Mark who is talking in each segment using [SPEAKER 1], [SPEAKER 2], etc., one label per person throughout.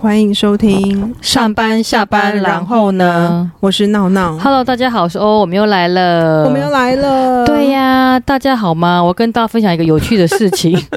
[SPEAKER 1] 欢迎收听，
[SPEAKER 2] 上班下班，然后呢
[SPEAKER 1] 我是闹闹，
[SPEAKER 2] ？Hello，大家好，我是哦欧，我们又来了，
[SPEAKER 1] 我们又来了，
[SPEAKER 2] 对、呀、大家好吗？我跟大家分享一个有趣的事情。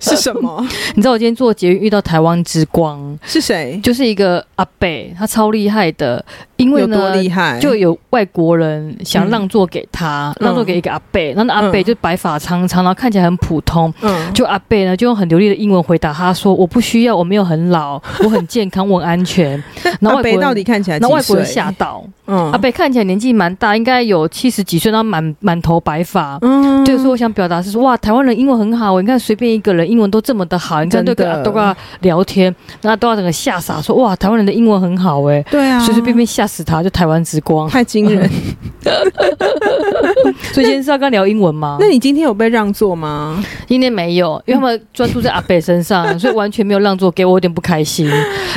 [SPEAKER 1] 是什么？
[SPEAKER 2] 你知道我今天做捷运遇到台湾之光，
[SPEAKER 1] 是谁？
[SPEAKER 2] 就是一个阿北，他超厉害的，因为
[SPEAKER 1] 有多
[SPEAKER 2] 呢。
[SPEAKER 1] 厉害？
[SPEAKER 2] 就有外国人想
[SPEAKER 1] 嗯
[SPEAKER 2] 让座给他，
[SPEAKER 1] 嗯
[SPEAKER 2] 让座给一个阿贝，那那阿贝
[SPEAKER 1] 嗯
[SPEAKER 2] 就白发苍苍，然后看起来很普通。
[SPEAKER 1] 嗯，
[SPEAKER 2] 就阿贝呢，就用很流利的英文回答他说：“我不需要，我没有很老，我很健康，我很安全。”然后
[SPEAKER 1] 阿
[SPEAKER 2] 外国
[SPEAKER 1] 北
[SPEAKER 2] 人
[SPEAKER 1] 到底看起来几
[SPEAKER 2] 然
[SPEAKER 1] 岁，
[SPEAKER 2] 后外国人吓到，
[SPEAKER 1] 嗯
[SPEAKER 2] 阿北看起来年纪蛮大，应该有七十几岁，然后满满头白发。
[SPEAKER 1] 嗯
[SPEAKER 2] 就是说，我想表达是说，哇，台湾人英文很好，你看随便一个人英文都这么的好，你看
[SPEAKER 1] 真的
[SPEAKER 2] 对跟阿多啊聊天，那阿多啊整个吓傻，说哇，台湾人的英文很好哎、
[SPEAKER 1] 对啊，
[SPEAKER 2] 随随便嗯便吓死他，就台湾之 光。
[SPEAKER 1] 太惊人。
[SPEAKER 2] 所以今天是要跟他聊英文吗
[SPEAKER 1] 那？你今天有被让座吗？
[SPEAKER 2] 今天没有，因为他们专注在阿北身上，所以完全没有让座给我，有点不 开心。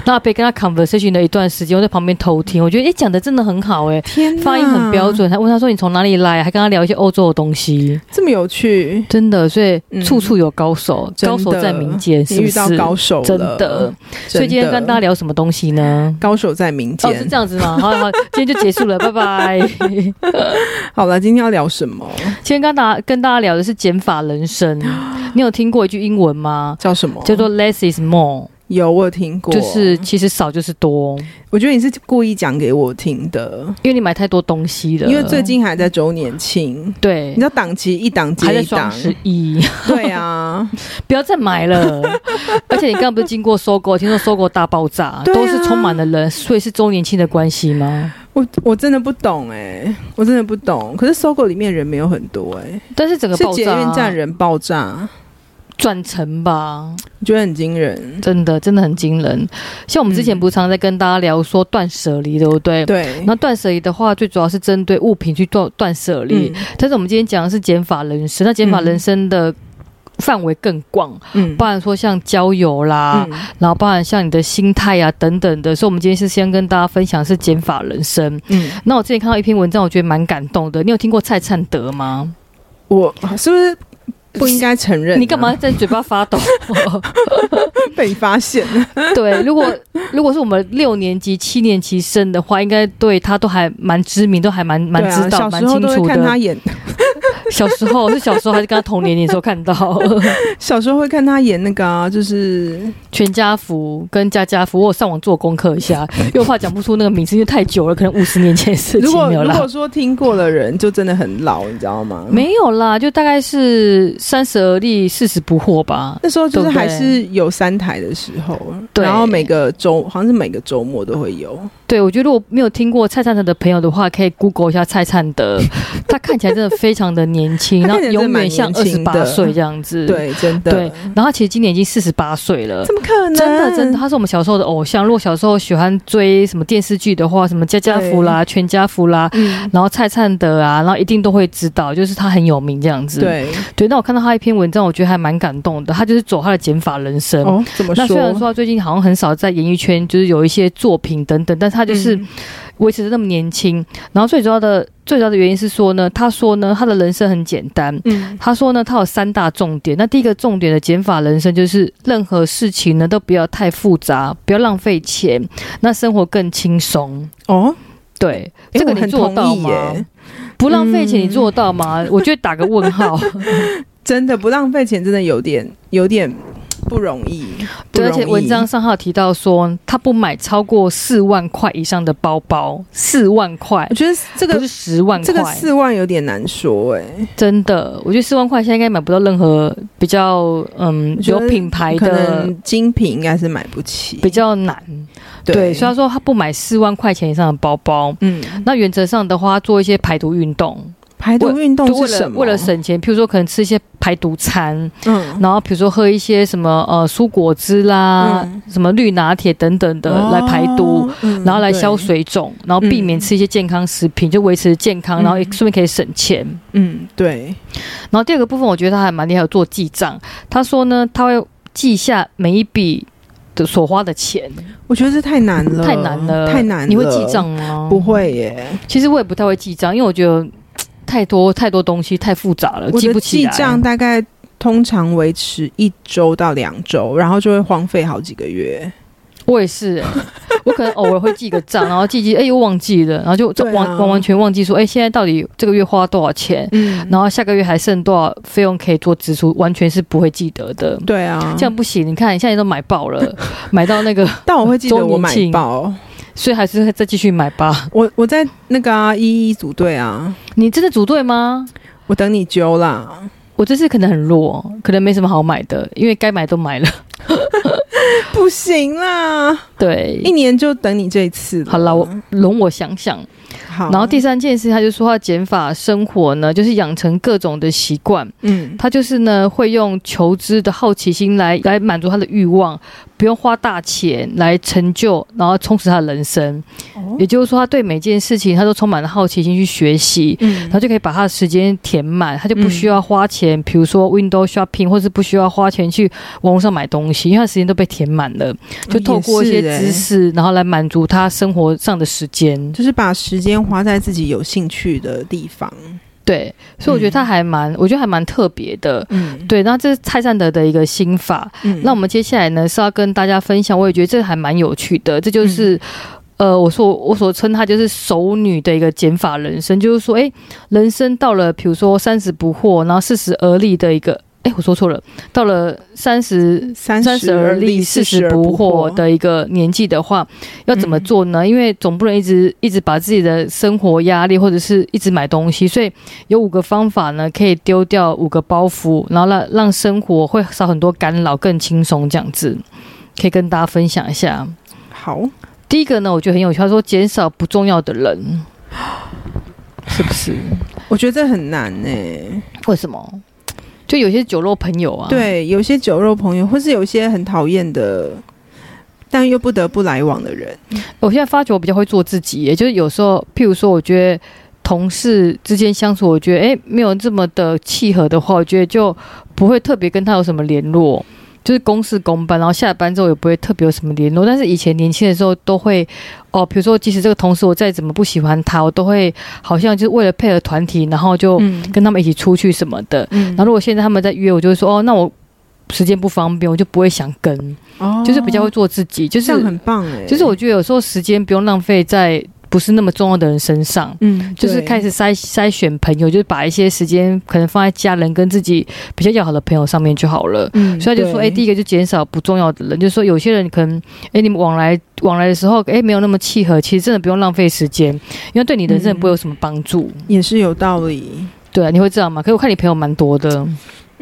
[SPEAKER 2] 那阿北跟他 conversation 了一段时间，我在旁边偷听，我觉得诶讲的真的很好哎、
[SPEAKER 1] 天哪，
[SPEAKER 2] 发音很标
[SPEAKER 1] 啊
[SPEAKER 2] 准，还问他说你从哪里来，还跟他聊一些欧洲的东西，
[SPEAKER 1] 这么有趣，
[SPEAKER 2] 真的，所以
[SPEAKER 1] 嗯
[SPEAKER 2] 处处有高手，
[SPEAKER 1] 真的
[SPEAKER 2] 哦高手在民间，
[SPEAKER 1] 你
[SPEAKER 2] 是不
[SPEAKER 1] 遇到
[SPEAKER 2] 是？
[SPEAKER 1] 高手了
[SPEAKER 2] 真的，所以今天跟大家
[SPEAKER 1] 家
[SPEAKER 2] 聊什么东西呢？
[SPEAKER 1] 高手在民
[SPEAKER 2] 哦，是
[SPEAKER 1] 间
[SPEAKER 2] 这。样子吗？好好，今天就结束 了，拜拜。
[SPEAKER 1] 好了，今天要聊什么？
[SPEAKER 2] 今天跟大家跟大家聊的是减法 人生，你有听过一句英文吗？
[SPEAKER 1] 叫什么？
[SPEAKER 2] 叫做 less is more，
[SPEAKER 1] 有我有听哦过，
[SPEAKER 2] 就是其实少就是多，
[SPEAKER 1] 我觉得你是故意讲给我听的，
[SPEAKER 2] 因为你买太多东西了。
[SPEAKER 1] 因为最近还在周年庆，你
[SPEAKER 2] 对
[SPEAKER 1] 知。道档期一档
[SPEAKER 2] 还
[SPEAKER 1] 接
[SPEAKER 2] 在
[SPEAKER 1] 一
[SPEAKER 2] 双
[SPEAKER 1] 档，
[SPEAKER 2] 十 一，
[SPEAKER 1] 对啊，
[SPEAKER 2] 不要再买 了。而且你刚刚不是经过搜狗，听说搜狗大爆炸，
[SPEAKER 1] 对啊
[SPEAKER 2] 都是充满了人，所以是周年庆的关系吗？
[SPEAKER 1] 我我真的不懂哎、我真的不懂。可是搜狗里面人没有很多哎、
[SPEAKER 2] 但是整个
[SPEAKER 1] 是
[SPEAKER 2] 爆
[SPEAKER 1] 捷
[SPEAKER 2] 炸啊
[SPEAKER 1] 运站人爆炸，
[SPEAKER 2] 转成吧，
[SPEAKER 1] 我觉得很惊人。
[SPEAKER 2] 真的真的很惊人。像我们之前
[SPEAKER 1] 嗯
[SPEAKER 2] 不是常在跟大家聊说断舍离，对不对？
[SPEAKER 1] 对，
[SPEAKER 2] 那断舍离的话，最主要是针对物品去断断舍离。
[SPEAKER 1] 嗯
[SPEAKER 2] 但是我们今天讲的是减法人生，那减法人生的范围更广，
[SPEAKER 1] 嗯
[SPEAKER 2] 包含说像交友啦，
[SPEAKER 1] 嗯
[SPEAKER 2] 然后包含像你的心态呀、等等的。所以，我们今天是先跟大家分享是减法人生。
[SPEAKER 1] 嗯，
[SPEAKER 2] 那我之前看到一篇文章，我觉得蛮感动的。你有听过蔡灿德吗？
[SPEAKER 1] 我是不是不应该承认啊、
[SPEAKER 2] 你干嘛在嘴巴发抖？
[SPEAKER 1] 被发现了？
[SPEAKER 2] 对，如果如果是我们六年级、七年级生的话，应该对他都还蛮知名，都还蛮蛮
[SPEAKER 1] 对啊
[SPEAKER 2] 知道、
[SPEAKER 1] 小
[SPEAKER 2] 蛮
[SPEAKER 1] 时候
[SPEAKER 2] 清
[SPEAKER 1] 都
[SPEAKER 2] 楚
[SPEAKER 1] 会看他
[SPEAKER 2] 的。
[SPEAKER 1] 演，
[SPEAKER 2] 小时候是小时候还是跟他同年龄的时候看到呃
[SPEAKER 1] 小时候会看他演那个、啊，就是
[SPEAKER 2] 全家福跟家家福，我有上网做功课 一下，因为我怕讲不出那个名字，因为太久了，可能五十年前的事
[SPEAKER 1] 如
[SPEAKER 2] 情
[SPEAKER 1] 果
[SPEAKER 2] 没有
[SPEAKER 1] 如
[SPEAKER 2] 啦
[SPEAKER 1] 果。说听过的人，就真的很老，你知道吗？
[SPEAKER 2] 没有啦，就大概是三十而立，四十不惑吧。
[SPEAKER 1] 那时候就是
[SPEAKER 2] 对不对
[SPEAKER 1] 还是有三台的时候，
[SPEAKER 2] 对
[SPEAKER 1] 然后每个周好像是每个周末都会有，
[SPEAKER 2] 对，我觉得如果没有听过蔡灿德的朋友的话，可以 Google 一下蔡灿德，他看起来真的非常的年轻，
[SPEAKER 1] 他
[SPEAKER 2] 然
[SPEAKER 1] 看
[SPEAKER 2] 后
[SPEAKER 1] 起来真的
[SPEAKER 2] 永
[SPEAKER 1] 蛮
[SPEAKER 2] 远像二
[SPEAKER 1] 年
[SPEAKER 2] 十
[SPEAKER 1] 轻的
[SPEAKER 2] 八岁这样子。，
[SPEAKER 1] 对，真的，
[SPEAKER 2] 对然后他其实今年已经四十八岁了。
[SPEAKER 1] 怎么可能？
[SPEAKER 2] 真的，真的，，他是我们小时候的偶像。如果小时候喜欢追什么电视剧的话，什么家家福啦、全家福啦，
[SPEAKER 1] 嗯，
[SPEAKER 2] 然后蔡灿德啊，然后一定都会知道，就是他很有名这样子。
[SPEAKER 1] 对，
[SPEAKER 2] 对，那我看到他一篇文章，我觉得还蛮感动的。他就是走他的减法人生。
[SPEAKER 1] 哦，怎么
[SPEAKER 2] 那
[SPEAKER 1] 说？
[SPEAKER 2] 虽然说他最近好像很少在演艺圈，就是有一些作品等等，但是他
[SPEAKER 1] 他
[SPEAKER 2] 就是维持的那么年轻。然后最主要的最主要的原因是说呢，他说呢，他的人生很简单。
[SPEAKER 1] 嗯
[SPEAKER 2] 他说呢，他有三大重点。那第一个重点的减法人生就是，任何事情呢都不要太复杂，不要浪费钱，那生活更轻松。
[SPEAKER 1] 哦，
[SPEAKER 2] 对，
[SPEAKER 1] 诶
[SPEAKER 2] 这个
[SPEAKER 1] 我
[SPEAKER 2] 你
[SPEAKER 1] 很
[SPEAKER 2] 做
[SPEAKER 1] 同
[SPEAKER 2] 到
[SPEAKER 1] 意
[SPEAKER 2] 吗
[SPEAKER 1] 耶？
[SPEAKER 2] 不浪费钱，
[SPEAKER 1] 嗯
[SPEAKER 2] 你做得到吗？我觉得打个问 号。
[SPEAKER 1] 真的不浪费钱，真的有点有点不容易，不
[SPEAKER 2] 对，而
[SPEAKER 1] 容易
[SPEAKER 2] 且文章上还有提到说，他不买超过四万块以上的包包，四万块
[SPEAKER 1] 我。觉得这
[SPEAKER 2] 不
[SPEAKER 1] 个
[SPEAKER 2] 是十万块，
[SPEAKER 1] 这个四万有点难说，哎，
[SPEAKER 2] 真的，我觉得四万块现在应该买不到任何比较嗯
[SPEAKER 1] 我觉
[SPEAKER 2] 有
[SPEAKER 1] 得
[SPEAKER 2] 品牌
[SPEAKER 1] 可
[SPEAKER 2] 的，
[SPEAKER 1] 能精品应该是买不起，
[SPEAKER 2] 比较难。对，所以他说他不买四万块钱以上的包包。
[SPEAKER 1] 嗯，
[SPEAKER 2] 那原则上的话，做一些排毒运动，
[SPEAKER 1] 排毒运动
[SPEAKER 2] 就为
[SPEAKER 1] 是
[SPEAKER 2] 了
[SPEAKER 1] 什么？
[SPEAKER 2] 为了省钱，譬如说可能吃一些排毒餐，
[SPEAKER 1] 嗯，
[SPEAKER 2] 然后比如说喝一些什么呃蔬果汁啦、
[SPEAKER 1] 嗯
[SPEAKER 2] 什么绿拿铁等等的、来排毒。
[SPEAKER 1] 哦，嗯
[SPEAKER 2] 然后来消，
[SPEAKER 1] 对
[SPEAKER 2] 水肿，然后避免吃一些健康食品，就维持健
[SPEAKER 1] 嗯
[SPEAKER 2] 康，然后也顺便可以省钱。
[SPEAKER 1] 嗯，对，
[SPEAKER 2] 然后第二个部分，我觉得他还蛮厉害，有做记账。他说呢，他会记下每一笔的所花的钱，
[SPEAKER 1] 我觉得这太难了，
[SPEAKER 2] 太难了，
[SPEAKER 1] 太难了。
[SPEAKER 2] 你会记？账吗？
[SPEAKER 1] 不。会耶，
[SPEAKER 2] 其实我也不太会记账，因为我觉得嘖太多太多东西太复杂了，
[SPEAKER 1] 我
[SPEAKER 2] 呃记
[SPEAKER 1] 的
[SPEAKER 2] 不起
[SPEAKER 1] 记
[SPEAKER 2] 来。
[SPEAKER 1] 账大概通常维持一周到两周，然后就会荒废好几个月。
[SPEAKER 2] 我也是、欸我可能偶尔会记个账，然后记记，哎、又忘记了，然后就就
[SPEAKER 1] 对啊
[SPEAKER 2] 完、完完全忘记说，哎、现在到底这个月花多少钱，
[SPEAKER 1] 嗯，
[SPEAKER 2] 然后下个月还剩多少费用可以做支出，完全是不会记得的。
[SPEAKER 1] 对啊，
[SPEAKER 2] 这样不行，你看你现在都买爆了，买到那个，
[SPEAKER 1] 但我会记得我买
[SPEAKER 2] 周年庆
[SPEAKER 1] 包，
[SPEAKER 2] 所以还是再继续买吧。
[SPEAKER 1] 我我在那个啊一一组队啊，
[SPEAKER 2] 你真的组队吗？
[SPEAKER 1] 我等你揪啦。
[SPEAKER 2] 我这次可能很弱，可能没什么好买的，因为该买都买了。
[SPEAKER 1] 不行啦，
[SPEAKER 2] 对
[SPEAKER 1] 一，年就等你这一次了。
[SPEAKER 2] 好了，我容我想想。
[SPEAKER 1] 好，
[SPEAKER 2] 然后第三件事，他就说他减法生活呢，就是养成各种的习惯。
[SPEAKER 1] 嗯，
[SPEAKER 2] 他就是呢，会用求知的好奇心来来满足他的欲望，不用花大钱来成就，然后充实他的人生。
[SPEAKER 1] 哦
[SPEAKER 2] 也就是说，他对每件事情他都充满了好奇心去学习，
[SPEAKER 1] 嗯
[SPEAKER 2] 他就可以把他的时间填满，他就不
[SPEAKER 1] 嗯
[SPEAKER 2] 需要花钱，比如说 window shopping，或是不需要花钱去网络上买东西，因为他的时间都被填满了，就透过一
[SPEAKER 1] 哦
[SPEAKER 2] 些
[SPEAKER 1] 也是欸
[SPEAKER 2] 知识，然后来满足他生活上的时间。
[SPEAKER 1] 就是把时间花在自己有兴趣的地方。
[SPEAKER 2] 对，所以我觉得他还蛮，我觉得还蛮特别的。
[SPEAKER 1] 嗯，
[SPEAKER 2] 对，那这是蔡善德的一个心法。
[SPEAKER 1] 嗯
[SPEAKER 2] 那我们接下来呢是要跟大家分享，我也觉得这还蛮有趣的，这就是。呃，我所我所称它就是熟女的一个减法人生，就是说，哎，人生到了，比如说三十不惑，然后四十而立的一个，哎，我说错了，到了三十
[SPEAKER 1] 三
[SPEAKER 2] 三十而立，四十不惑，嗯的一个年纪的话，要怎么做呢？因为总不能一直一直把自己的生活压力，或者是一直买东西，所以有五个方法呢，可以丢掉五个包袱，然后让让生活会少很多干扰，更轻松这样子，可以跟大家分享一下。
[SPEAKER 1] 好，
[SPEAKER 2] 第一个呢，我觉得很有趣，他说减少不重要的人，是不是？
[SPEAKER 1] 我觉得这很难欸呢、
[SPEAKER 2] 为什么？就有些酒肉朋友啊，，
[SPEAKER 1] 对，有些酒肉朋友，或是有些很讨厌的，但又不得不来往的人。
[SPEAKER 2] 我现在发觉我比较会做自己耶，也就是有时候，譬如说，我觉得同事之间相处，我觉得诶没有这么的契合的话，我觉得就不会特别跟他有什么联络，就是公事公办，然后下班之后也不会特别有什么联络。但是以前年轻的时候都会哦，比如说，即使这个同事我再怎么不喜欢他，我都会好像就是为了配合团体，然后就
[SPEAKER 1] 嗯
[SPEAKER 2] 跟他们一起出去什么的。
[SPEAKER 1] 嗯
[SPEAKER 2] 然后如果现在他们在约，我就会说哦，那我时间不方便，我就不会想跟，
[SPEAKER 1] 哦
[SPEAKER 2] 就是比较会做自己，就
[SPEAKER 1] 这
[SPEAKER 2] 是
[SPEAKER 1] 样很棒哎、
[SPEAKER 2] 就是我觉得有时候时间不用浪费在不是那么重要的人身上，
[SPEAKER 1] 嗯，
[SPEAKER 2] 就是
[SPEAKER 1] 对
[SPEAKER 2] 开始筛筛选朋友，就是把一些时间可能放在家人跟自己比较要好的朋友上面就好了。
[SPEAKER 1] 嗯，
[SPEAKER 2] 所以他就说，哎、第一个就减少不重要的人，就是说有些人可能，哎、你们往来往来的时候，哎、没有那么契合，其实真的不用浪费时间，因为对你的人生
[SPEAKER 1] 嗯
[SPEAKER 2] 不会有什么帮助。
[SPEAKER 1] 也是有道理。
[SPEAKER 2] 对啊，你会这样吗？可是我看你朋友蛮多的，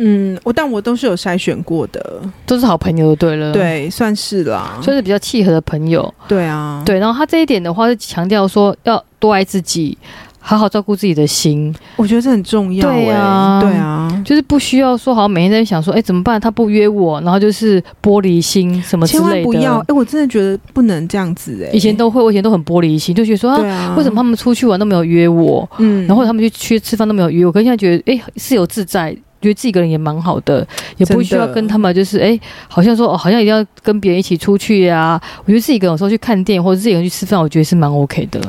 [SPEAKER 1] 嗯，我但我都是有筛选过的，
[SPEAKER 2] 都是好朋友，对了，，
[SPEAKER 1] 对，算是啦。
[SPEAKER 2] 嗯所以是比较契合的朋友。
[SPEAKER 1] 对啊，
[SPEAKER 2] 对，然后他这一点的话是强调说要多爱自己，好好照顾自己的心，
[SPEAKER 1] 我觉得这很重要、欸。
[SPEAKER 2] 对啊
[SPEAKER 1] 对啊，
[SPEAKER 2] 就是不需要说好像每天在想说，哎，怎么办？他不约我，然后就是玻璃心什么之
[SPEAKER 1] 千万
[SPEAKER 2] 类
[SPEAKER 1] 不
[SPEAKER 2] 的。
[SPEAKER 1] 要！哎、我真的觉得不能这样子哎、
[SPEAKER 2] 以前都会，我以前都很玻璃心，就觉得说、啊，
[SPEAKER 1] 对啊，
[SPEAKER 2] 为什么他们出去玩都没有约我，
[SPEAKER 1] 嗯
[SPEAKER 2] 然后他们去去吃饭都没有约我？可是现在觉得，哎，自由自在。觉得自己一个人也蛮好的，也不需要
[SPEAKER 1] 真的
[SPEAKER 2] 跟他们就是哎、好像说哦，好像一定要跟别人一起出去呀、我觉得自己一个人有时候去看电影或者自己一个人去吃饭，我觉得是蛮 OK 的。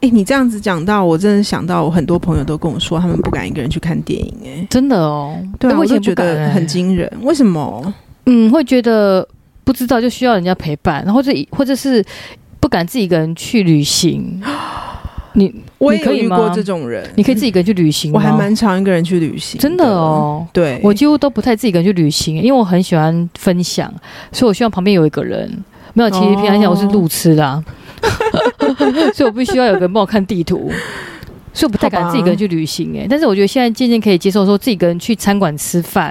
[SPEAKER 1] 哎、你这样子讲到，我真的想到，我很多朋友都跟我说，他们不敢一个人去看电影、哎，
[SPEAKER 2] 真的哦，
[SPEAKER 1] 对、啊，
[SPEAKER 2] 我
[SPEAKER 1] 我
[SPEAKER 2] 以前
[SPEAKER 1] 就觉
[SPEAKER 2] 不敢
[SPEAKER 1] 得
[SPEAKER 2] 欸
[SPEAKER 1] 很惊人。为什么？
[SPEAKER 2] 嗯，会觉得不知道就需要人家陪伴，然后或者或者是不敢自己一个人去旅 行。你
[SPEAKER 1] 我也
[SPEAKER 2] 可
[SPEAKER 1] 有
[SPEAKER 2] 以
[SPEAKER 1] 遇
[SPEAKER 2] 吗
[SPEAKER 1] 过这种人，
[SPEAKER 2] 你可以自己一个人去旅行
[SPEAKER 1] 我
[SPEAKER 2] 吗，
[SPEAKER 1] 还蛮常一个人去旅行，
[SPEAKER 2] 真的。哦。
[SPEAKER 1] 对，
[SPEAKER 2] 我几乎都不太自己一个人去旅行，因为我很喜欢分享，所以我希望旁边有一个人。没有，其实
[SPEAKER 1] 哦
[SPEAKER 2] 平常讲我是路痴啦， 所以我必须要有个人帮我看地图。所以我不太
[SPEAKER 1] 好
[SPEAKER 2] 敢
[SPEAKER 1] 吧
[SPEAKER 2] 自己一个人去旅行哎、但是我觉得现在渐渐可以接受，说自己一个人去餐馆吃饭，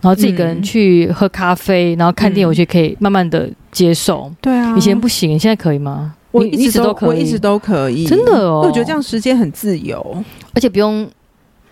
[SPEAKER 2] 然后自己一个人
[SPEAKER 1] 嗯
[SPEAKER 2] 去喝咖啡，然后看电影，
[SPEAKER 1] 嗯
[SPEAKER 2] 我觉得可以慢慢的接受。
[SPEAKER 1] 对啊，
[SPEAKER 2] 以前不行，现在可以吗？
[SPEAKER 1] 我
[SPEAKER 2] 你
[SPEAKER 1] 一
[SPEAKER 2] 你
[SPEAKER 1] 直
[SPEAKER 2] 都
[SPEAKER 1] 都
[SPEAKER 2] 可以，
[SPEAKER 1] 我一直都可以，
[SPEAKER 2] 真的哦
[SPEAKER 1] 因为我觉得这样时间很自由，
[SPEAKER 2] 而且不用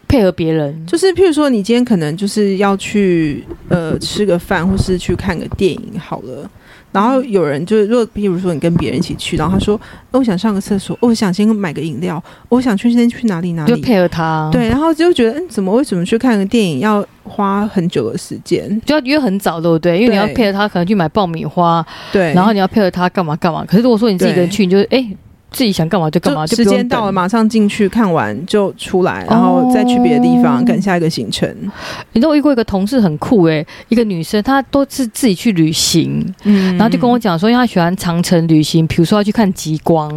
[SPEAKER 2] 配合别人，
[SPEAKER 1] 就是譬如说，你今天可能就是要去呃吃个饭，或是去看个电影好了。然后有人就是，如果比如说你跟别人一起去，然后他说、哦我想上个厕所，哦我想先买个饮料，哦我想去先去哪里哪
[SPEAKER 2] 就
[SPEAKER 1] 里，
[SPEAKER 2] 配合他。，
[SPEAKER 1] 对，然后就觉得嗯，怎么为什么去看个电影要花很久的时间？
[SPEAKER 2] 就要约很早，对不对？因为你要
[SPEAKER 1] 对
[SPEAKER 2] 配合他，可能去买爆米花，
[SPEAKER 1] 对，
[SPEAKER 2] 然后你要配合他干嘛干嘛。可是如果说你自己一个人去，你就哎、自己想干嘛就干嘛，就
[SPEAKER 1] 时
[SPEAKER 2] 不用
[SPEAKER 1] 间到了，
[SPEAKER 2] 等？
[SPEAKER 1] 马上进去看完就出来，然后再去别的地
[SPEAKER 2] 哦
[SPEAKER 1] 方赶下一个行程。
[SPEAKER 2] 你知道我遇过一个同事很酷诶、一个女生，她都是自己去旅行，
[SPEAKER 1] 嗯
[SPEAKER 2] 然后就跟我讲说，因为她喜欢长城旅行，比如说要去看极 光，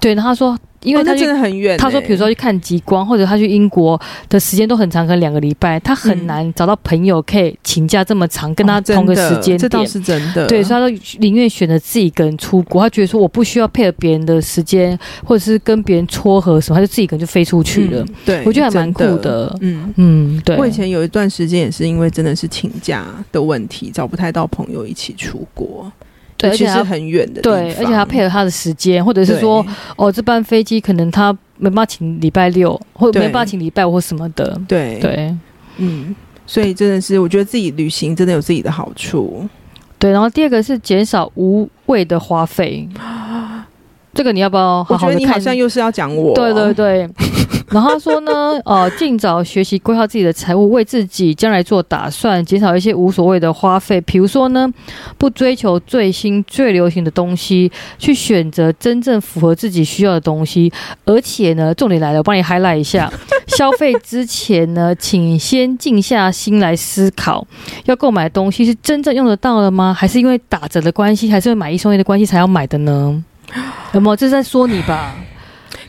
[SPEAKER 2] 对，然后她说，因为
[SPEAKER 1] 哦
[SPEAKER 2] 她
[SPEAKER 1] 那
[SPEAKER 2] 去
[SPEAKER 1] 真的很远欸、
[SPEAKER 2] 他说，比如说去看极光，或者他去英国的时间都很长，可能两个礼拜，他很难找到朋友可以请假这么长，跟他
[SPEAKER 1] 嗯哦真
[SPEAKER 2] 同个
[SPEAKER 1] 的
[SPEAKER 2] 时间
[SPEAKER 1] 这倒
[SPEAKER 2] 点。
[SPEAKER 1] 是真的。
[SPEAKER 2] 对，所以他说宁愿选择自己一个人出国，他觉得说我不需要配合别人的时间，或者是跟别人撮合什么，他就自己一个人就飞出去了。
[SPEAKER 1] 嗯对，
[SPEAKER 2] 我觉得还蛮酷
[SPEAKER 1] 真
[SPEAKER 2] 的
[SPEAKER 1] 嗯。
[SPEAKER 2] 嗯，对，
[SPEAKER 1] 我以前有一段时间也是因为真的是请假的问题，找不太到朋友一起出国，
[SPEAKER 2] 对，而
[SPEAKER 1] 尤其
[SPEAKER 2] 且
[SPEAKER 1] 是
[SPEAKER 2] 他
[SPEAKER 1] 很远的地方，
[SPEAKER 2] 对，而且他配合他的时间，或者是
[SPEAKER 1] 对
[SPEAKER 2] 说，哦，这班飞机可能他没办法请礼拜六，或者
[SPEAKER 1] 对
[SPEAKER 2] 没办法请礼拜五或什么的。
[SPEAKER 1] 对
[SPEAKER 2] 对
[SPEAKER 1] 嗯，所以真的是我觉得自己旅行真的有自己的好处，
[SPEAKER 2] 对，然后第二个是减少无谓的花费，这个你要不要
[SPEAKER 1] 我
[SPEAKER 2] 好
[SPEAKER 1] 觉
[SPEAKER 2] 好
[SPEAKER 1] 得
[SPEAKER 2] 的
[SPEAKER 1] 你
[SPEAKER 2] 看？
[SPEAKER 1] 好像又是要讲我，
[SPEAKER 2] 对对对。然后他说呢，呃，尽早学习规划自己的财务，为自己将来做打算，减少一些无所谓的花费。比如说呢，不追求最新最流行的东西，去选择真正符合自己需要的东西。而且呢，重点来了，我帮你 highlight 一下，消费之前呢，请先静下心来思考，要购买的东西是真正用得到的吗？还是因为打折的关系，还是因为买一送一的关系才要买的呢？有没有？这是在说你吧？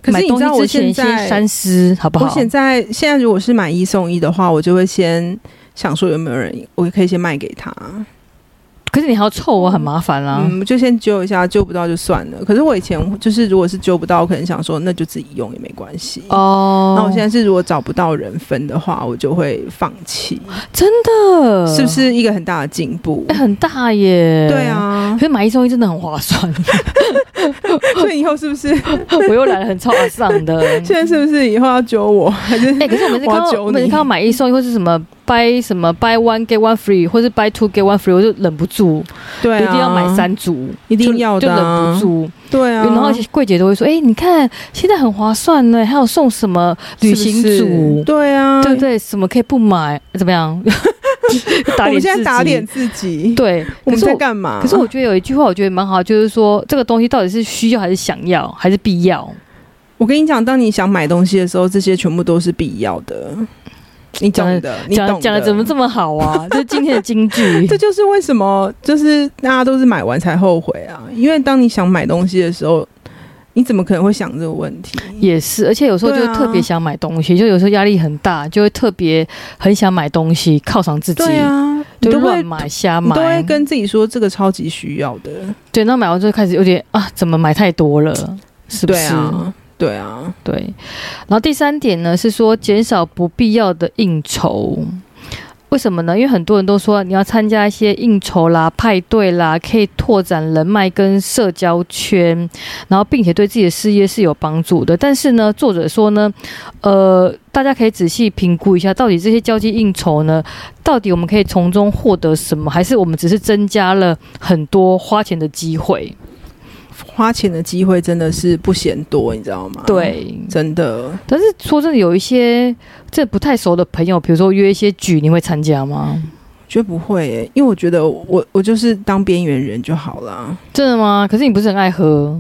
[SPEAKER 1] 可是
[SPEAKER 2] 买
[SPEAKER 1] 你
[SPEAKER 2] 东
[SPEAKER 1] 知
[SPEAKER 2] 西
[SPEAKER 1] 道我
[SPEAKER 2] 之
[SPEAKER 1] 现
[SPEAKER 2] 前先
[SPEAKER 1] 在
[SPEAKER 2] 三思，好不好？
[SPEAKER 1] 我现在现在如果是买一送一的话，我就会先想说有没有人，我可以先卖给他，
[SPEAKER 2] 可是你还要凑我，很麻烦啊啦、
[SPEAKER 1] 嗯，就先揪一下，揪不到就算了。可是我以前就是如果是揪不到，我可能想说那就自己用也没关系。
[SPEAKER 2] 哦，
[SPEAKER 1] 那我现在是如果找不到人分的话，我就会放弃，
[SPEAKER 2] 真的
[SPEAKER 1] 是不？是一个很大的进步
[SPEAKER 2] 哎、？呃很大耶！
[SPEAKER 1] 对。啊
[SPEAKER 2] 可，是买一送一真的很划算，
[SPEAKER 1] 所以以后是不是
[SPEAKER 2] 我又来了很超划算的。
[SPEAKER 1] 现在 是不是以后要揪我？还是
[SPEAKER 2] 哎、可是我们是看
[SPEAKER 1] 我要
[SPEAKER 2] 到
[SPEAKER 1] 揪你
[SPEAKER 2] 我们是看到买一送一，或是什么 buy 什么 buy one get one free，或是 buy two get one free，我就忍不住，
[SPEAKER 1] 对啊，
[SPEAKER 2] 一定要买，三组，
[SPEAKER 1] 一定要
[SPEAKER 2] 就
[SPEAKER 1] 的
[SPEAKER 2] 就忍
[SPEAKER 1] 啊
[SPEAKER 2] 不住。
[SPEAKER 1] 对啊。
[SPEAKER 2] 然后柜姐都会说：“哎、你看现在很划算呢，还有送什么旅行组，
[SPEAKER 1] 是不是对啊，
[SPEAKER 2] 对不对？什么可以不买？怎么 样？打
[SPEAKER 1] 我
[SPEAKER 2] 脸
[SPEAKER 1] 们现在
[SPEAKER 2] 自己
[SPEAKER 1] 打脸自己，
[SPEAKER 2] 对，
[SPEAKER 1] 我
[SPEAKER 2] 可
[SPEAKER 1] 们
[SPEAKER 2] 是
[SPEAKER 1] 在
[SPEAKER 2] 我
[SPEAKER 1] 干嘛？
[SPEAKER 2] 可是我觉得有一句话，我觉得蛮好，就是说这个东西到底是需要还是想要，还是必要？
[SPEAKER 1] 我跟你讲，当你想买东西的时候，这些全部都是必要的。你懂的，你懂
[SPEAKER 2] 讲讲的怎么这
[SPEAKER 1] 么？。
[SPEAKER 2] 么好啊？这是今天的金句
[SPEAKER 1] 这就是为什么，就是大家都是买完才后悔啊。因为当你想买东西的时候，你怎么可能会想这个问题？
[SPEAKER 2] 也是，而且有时候就
[SPEAKER 1] 对
[SPEAKER 2] 是
[SPEAKER 1] 啊
[SPEAKER 2] 特别想买东西，就有时候压力很大，就会特别很想买东西犒赏自己，
[SPEAKER 1] 对啊，你
[SPEAKER 2] 就
[SPEAKER 1] 都会
[SPEAKER 2] 乱，买瞎
[SPEAKER 1] 你都会
[SPEAKER 2] 买。
[SPEAKER 1] 跟自己说这个超级需要的，
[SPEAKER 2] 对，那买完之后开始有点啊，怎么买太多了？是不是？
[SPEAKER 1] 对啊，对啊，
[SPEAKER 2] 对，然后第三点呢是说减少不必要的应酬。为什么呢？因为很多人都说你要参加一些应酬啦、派对啦，可以拓展人脉跟社交圈，然后并且对自己的事业是有帮助的。但是呢，作者说呢，呃，大家可以仔细评估一下，到底这些交际应酬呢，到底我们可以从中获得什么，还是我们只是增加了很多花钱的机会？
[SPEAKER 1] 花钱的机会真的是不嫌多，你知道吗？，
[SPEAKER 2] 对，
[SPEAKER 1] 真的，
[SPEAKER 2] 但是说真的，有一些这不太熟的朋友，比如说约一些局，你会参加吗？
[SPEAKER 1] 绝不会、耶，因为我觉得我我就是当边缘人就好了，
[SPEAKER 2] 真的吗？可是你不是很爱喝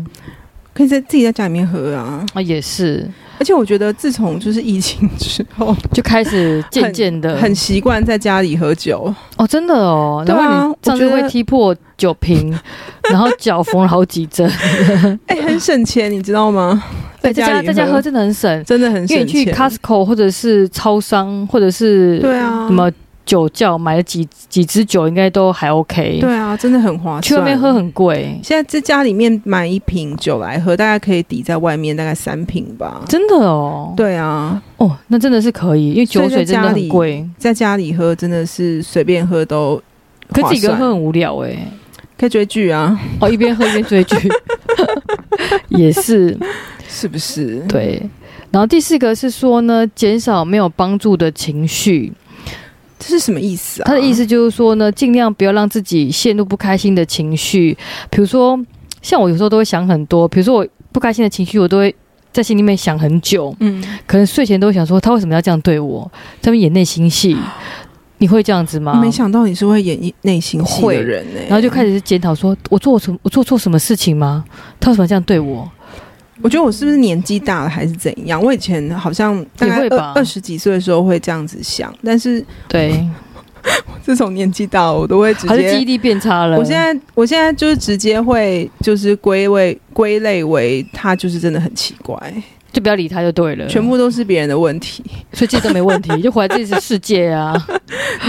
[SPEAKER 1] 可以在自己在家里面喝啊。
[SPEAKER 2] 啊？也是，
[SPEAKER 1] 而且我觉得自从就是疫情之后，
[SPEAKER 2] 就开始渐渐的
[SPEAKER 1] 很习惯在家里喝酒。
[SPEAKER 2] 哦，真的哦，
[SPEAKER 1] 对
[SPEAKER 2] 难
[SPEAKER 1] 啊
[SPEAKER 2] 怪你上次
[SPEAKER 1] 我觉
[SPEAKER 2] 会
[SPEAKER 1] 得
[SPEAKER 2] 踢破酒 瓶，然后脚缝了好几针。
[SPEAKER 1] 哎、很省钱，你知道吗？
[SPEAKER 2] 对，在
[SPEAKER 1] 家
[SPEAKER 2] 家
[SPEAKER 1] 里
[SPEAKER 2] 在家喝真的很省，
[SPEAKER 1] 真的很
[SPEAKER 2] 因为
[SPEAKER 1] 省
[SPEAKER 2] 你去
[SPEAKER 1] 钱。
[SPEAKER 2] Costco 或者是超商或者是
[SPEAKER 1] 对啊
[SPEAKER 2] 什，么酒窖买了几几支酒，应该都还 OK。
[SPEAKER 1] 对，啊，真的很划算。
[SPEAKER 2] 去外面喝，很贵，
[SPEAKER 1] 现在在家里面买一瓶酒来喝，大概可以抵在外面大概三瓶吧。
[SPEAKER 2] 真的哦。
[SPEAKER 1] 对啊，
[SPEAKER 2] 哦，那真的是可以，因为
[SPEAKER 1] 所以
[SPEAKER 2] 酒
[SPEAKER 1] 在
[SPEAKER 2] 水真的
[SPEAKER 1] 家
[SPEAKER 2] 很
[SPEAKER 1] 里
[SPEAKER 2] 贵，
[SPEAKER 1] 在家里喝真的是随便喝都划
[SPEAKER 2] 可
[SPEAKER 1] 算。
[SPEAKER 2] 自己一个人喝很无聊哎、
[SPEAKER 1] 可以追剧啊，
[SPEAKER 2] 哦，一边喝一边追剧， 也是
[SPEAKER 1] 是不是？
[SPEAKER 2] 对。然后第四个是说呢，减少没有帮助的情绪。
[SPEAKER 1] 这是什么意思啊？
[SPEAKER 2] 他的意思就是说呢，尽量不要让自己陷入不开心的情绪。比如说，像我有时候都会想很多，比如说我不开心的情绪，我都会在心里面想很久，
[SPEAKER 1] 嗯，
[SPEAKER 2] 可能睡前都会想说他为什么要这样对我，他们演内心戏。你会这样子吗？
[SPEAKER 1] 没想到你是会演内心戏
[SPEAKER 2] 啊会
[SPEAKER 1] 的人欸呢、
[SPEAKER 2] 然后就开始检讨说，我做什么？我做错什么事情吗？他为什么这样对我？
[SPEAKER 1] 我觉得我是不是年纪大了还是怎样？我以前好像大概
[SPEAKER 2] 也会
[SPEAKER 1] 二
[SPEAKER 2] 吧
[SPEAKER 1] 二十几岁的时候会这样子想，但是
[SPEAKER 2] 对，
[SPEAKER 1] 自从年纪大了，我都会直
[SPEAKER 2] 还是记忆
[SPEAKER 1] 接。
[SPEAKER 2] 力变差了。
[SPEAKER 1] 我现在我现在就是直接会就是归位归类为他就是真的很奇怪，
[SPEAKER 2] 就不要理他就对了，
[SPEAKER 1] 全部都是别人的问 题。
[SPEAKER 2] 所以这都没问题，就活在自己的世界啊。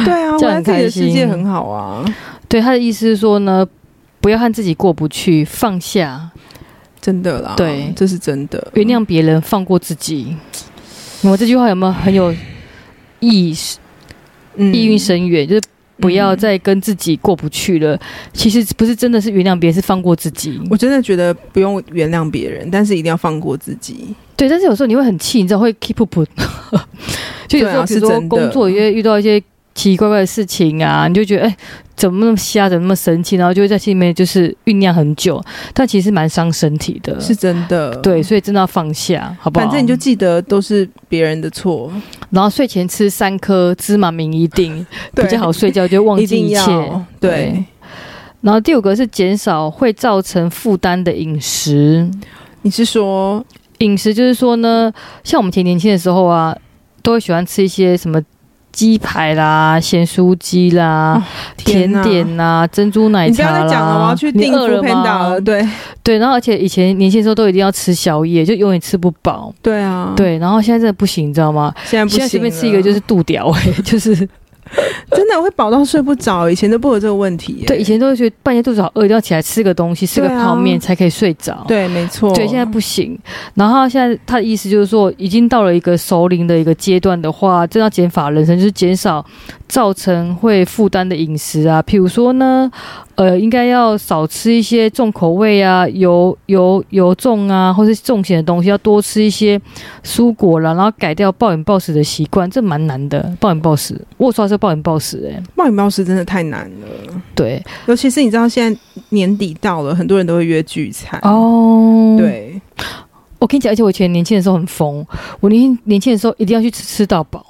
[SPEAKER 1] 对啊，我
[SPEAKER 2] 这样
[SPEAKER 1] 在
[SPEAKER 2] 很
[SPEAKER 1] 自己的
[SPEAKER 2] 开心
[SPEAKER 1] 世界很好啊。
[SPEAKER 2] 对他的意思是说呢，不要和自己过不去，放下，
[SPEAKER 1] 真的啦，
[SPEAKER 2] 对
[SPEAKER 1] 这是真的。
[SPEAKER 2] 原谅别人，放过自己。我这句话有没有很有意
[SPEAKER 1] 嗯
[SPEAKER 2] 意蕴深远？就是不要再跟自己过不去了。其实不是真的是原谅别人，是放过自己。
[SPEAKER 1] 我真的觉得不用原谅别人，但是一定要放过自己。
[SPEAKER 2] 对，但是有时候你会很气，你知道会 keep up，就 有时
[SPEAKER 1] 对
[SPEAKER 2] 候
[SPEAKER 1] 啊
[SPEAKER 2] 比
[SPEAKER 1] 是
[SPEAKER 2] 如说
[SPEAKER 1] 真的嗯
[SPEAKER 2] 工作也遇到一些奇奇怪怪的事情啊，你就觉得哎、怎么那么瞎，怎么那么生气，然后就会在心里面就是酝酿很久，但其实蛮伤身体的。
[SPEAKER 1] 是真的，
[SPEAKER 2] 对，，所以真的要放下，好不好？
[SPEAKER 1] 反正你就记得都是别人的错，
[SPEAKER 2] 然后睡前吃三颗芝麻明一定
[SPEAKER 1] 对
[SPEAKER 2] 比较好睡觉，就会忘
[SPEAKER 1] 一
[SPEAKER 2] 记
[SPEAKER 1] 定
[SPEAKER 2] 一切。
[SPEAKER 1] 要对。
[SPEAKER 2] 然后第五个是减少会造成负担的饮食，
[SPEAKER 1] 你是说
[SPEAKER 2] 饮食就是说呢，像我们以前年轻的时候啊，都会喜欢吃一些什么鸡排啦、咸酥鸡啦、
[SPEAKER 1] 哦
[SPEAKER 2] 甜
[SPEAKER 1] 哪
[SPEAKER 2] 点啦、珍珠奶
[SPEAKER 1] 你不
[SPEAKER 2] 茶
[SPEAKER 1] 要
[SPEAKER 2] 啦。
[SPEAKER 1] 再讲了，我要去订
[SPEAKER 2] 你饿
[SPEAKER 1] f o
[SPEAKER 2] 了
[SPEAKER 1] o p
[SPEAKER 2] 吗
[SPEAKER 1] 了。？对
[SPEAKER 2] 对，然后而且以前年轻的时候都一定要吃宵夜，就永远吃不饱。
[SPEAKER 1] 对啊，，
[SPEAKER 2] 对，然后现在真的不行，你知道吗？
[SPEAKER 1] 现在不
[SPEAKER 2] 现在随
[SPEAKER 1] 行了，
[SPEAKER 2] 便吃一个就是肚屌、欸，就是
[SPEAKER 1] 真的会饱到睡不着，以前都不会有这个问题耶。
[SPEAKER 2] 对，以前都会觉得半夜肚子好饿，一定要起来吃个东西，吃个
[SPEAKER 1] 对啊
[SPEAKER 2] 泡面才可以睡着。
[SPEAKER 1] 对，没错，
[SPEAKER 2] 对，现在不行。然后他现在他的意思就是说，已经到了一个熟龄的一个阶段的话，真要减法人生，就是减少造成会负担的饮食啊。譬如说呢，呃，应该要少吃一些重口味啊、油油油重啊，或是重咸的东西，要多吃一些蔬果啦，然后改掉暴饮暴食的习惯，这蛮难的。暴饮暴食，我说是暴饮暴食、欸，
[SPEAKER 1] 暴饮暴食真的太难了，
[SPEAKER 2] 对
[SPEAKER 1] 尤其是你知道现在年底到了，很多人都会约聚餐，
[SPEAKER 2] 哦，
[SPEAKER 1] 对，
[SPEAKER 2] 我跟你讲，而且我以前年轻的时候很疯，我年年轻的时候一定要去吃吃到饱，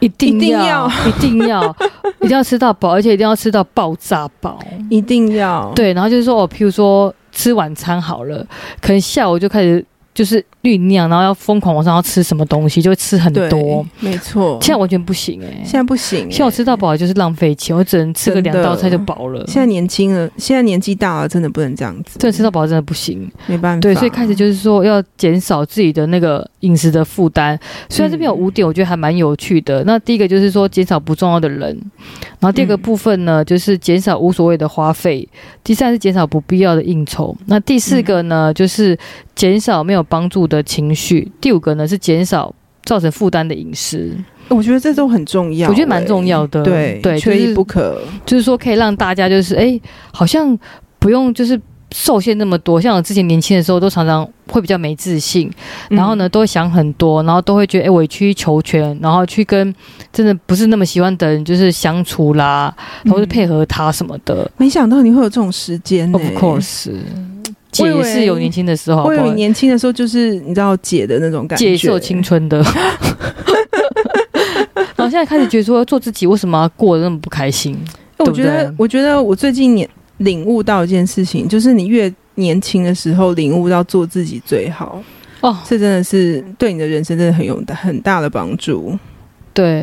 [SPEAKER 2] 一定要，一定 要，一定要吃到饱，而且一定要吃到爆炸饱。
[SPEAKER 1] 一定要
[SPEAKER 2] 嗯对，然后就是说，哦，譬如说吃晚餐好了，可能下午就开始就是酝酿，然后要疯狂往上要吃什么东西，就会吃很
[SPEAKER 1] 对
[SPEAKER 2] 多。，
[SPEAKER 1] 没错，
[SPEAKER 2] 现在完全不行哎、
[SPEAKER 1] 现在不行、
[SPEAKER 2] 像我吃到饱就是浪费钱，我只能吃个
[SPEAKER 1] 真的
[SPEAKER 2] 两道菜就饱了。
[SPEAKER 1] 现在年轻了，现在年纪大了，真的不能这样子，
[SPEAKER 2] 真的吃到饱真的不行。
[SPEAKER 1] 没办法。
[SPEAKER 2] 对，所以开始就是说要减少自己的那个饮食的负担。虽然这边有
[SPEAKER 1] 嗯
[SPEAKER 2] 五点，我觉得还蛮有趣的。那第一个就是说减少不重要的人，然后第二个
[SPEAKER 1] 嗯
[SPEAKER 2] 部分呢、就是减少无所谓的花费，第三是减少不必要的应酬，那第四
[SPEAKER 1] 嗯
[SPEAKER 2] 个呢、就是减少没有帮助的情绪，第五个呢是减少。造成负担的饮食，
[SPEAKER 1] 我觉得这都很重要、
[SPEAKER 2] 我觉得蛮重要的
[SPEAKER 1] 欸对
[SPEAKER 2] 对
[SPEAKER 1] 缺
[SPEAKER 2] 就
[SPEAKER 1] 一
[SPEAKER 2] 是
[SPEAKER 1] 不可。
[SPEAKER 2] 就是说可以让大家就是哎、好像不用就是受限那么多。像我之前年轻的时候，都常常会比较没自信，然后呢，
[SPEAKER 1] 嗯，
[SPEAKER 2] 都会想很多，然后都会觉得哎、诶委曲求全，然后去跟真的不是那么喜欢的人就是相处啦，然后就配合他什么的。
[SPEAKER 1] 没想到你会有这种时间、欸、
[SPEAKER 2] Of course，姐也是有年轻的时候，好
[SPEAKER 1] 我以
[SPEAKER 2] 不
[SPEAKER 1] 为
[SPEAKER 2] 好
[SPEAKER 1] 你？年轻的时候就是你知道姐的那种感觉，
[SPEAKER 2] 姐也是有青春的。然后现在开始觉得说做自己为什么要过得那么不开心？
[SPEAKER 1] 欸我
[SPEAKER 2] 对不
[SPEAKER 1] 觉得
[SPEAKER 2] 对，
[SPEAKER 1] 我觉得我最近年领悟到一件事情，就是你越年轻的时候领悟到做自己最好，
[SPEAKER 2] 哦，
[SPEAKER 1] 这真的是对你的人生真的很有很大的帮助。
[SPEAKER 2] 对，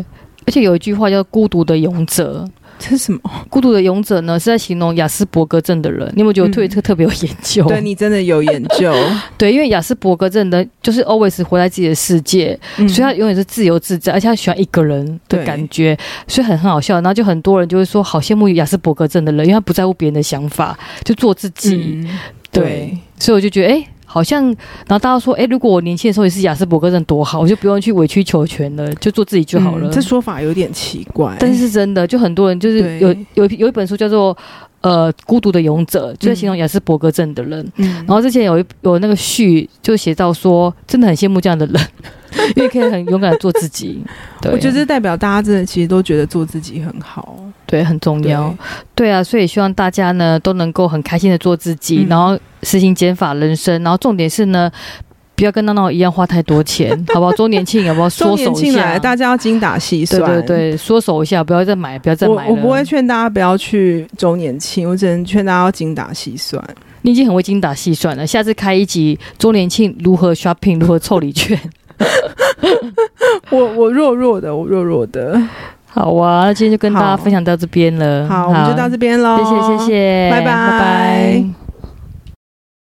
[SPEAKER 2] 而且有一句话叫“孤独的勇者”，
[SPEAKER 1] 这是什么？
[SPEAKER 2] 孤独的勇者呢，是在形容雅斯伯格症的人。你有没有觉得我对这个特别有研究？
[SPEAKER 1] 对你真的有研 究，
[SPEAKER 2] 对因为雅斯伯格症的，就是 always 活在自己的世界，
[SPEAKER 1] 嗯
[SPEAKER 2] 所以他永远是自由自在，而且他喜欢一个人的
[SPEAKER 1] 对
[SPEAKER 2] 感觉，所以很很好笑。然后就很多人就会说，好羡慕雅斯伯格症的人，因为他不在乎别人的想法，就做自己。
[SPEAKER 1] 嗯
[SPEAKER 2] 对
[SPEAKER 1] 对
[SPEAKER 2] 所以我就觉得，哎、好像，然后大家说，哎、如果我年轻的时候也是雅斯伯格症多好，我就不用去委曲求全了，就做自己就好
[SPEAKER 1] 嗯
[SPEAKER 2] 了。
[SPEAKER 1] 这说法有点奇怪，
[SPEAKER 2] 但是是真的，就很多人就是
[SPEAKER 1] 对
[SPEAKER 2] 有有一有一本书叫做呃《孤独的勇者》，就在形容雅斯伯格症的人。
[SPEAKER 1] 嗯
[SPEAKER 2] 然后之前有一有那个序就写到说，真的很羡慕这样的人， 因为可以很勇敢的做自己。对，
[SPEAKER 1] 我觉得这代表大家真的其实都觉得做自己很好，
[SPEAKER 2] 对很重
[SPEAKER 1] 对
[SPEAKER 2] 要。对啊，所以希望大家呢都能够很开心的做自己，
[SPEAKER 1] 嗯
[SPEAKER 2] 然后实行减法人生，然后重点是呢。不要跟闹闹一样花太 多钱，好不好？周年庆有没有
[SPEAKER 1] 周
[SPEAKER 2] 缩
[SPEAKER 1] 年
[SPEAKER 2] 手一
[SPEAKER 1] 庆来
[SPEAKER 2] 下
[SPEAKER 1] 了，？大家要精打细
[SPEAKER 2] 对
[SPEAKER 1] 算。
[SPEAKER 2] 对对，缩手一下，不要再买，不要再
[SPEAKER 1] 我
[SPEAKER 2] 买了。
[SPEAKER 1] 我不会劝大家不要去周年庆，我只能劝大家要精打细算。
[SPEAKER 2] 你已经很会精打细算了。下次开一集周年庆如何 shopping，如何凑礼 券。
[SPEAKER 1] 我我弱弱的，我弱弱的。
[SPEAKER 2] 好啊，那今天就跟大家
[SPEAKER 1] 好
[SPEAKER 2] 分享到这边了。
[SPEAKER 1] 好，我们就到这边喽，
[SPEAKER 2] 谢谢谢谢，
[SPEAKER 1] 拜拜
[SPEAKER 2] 拜拜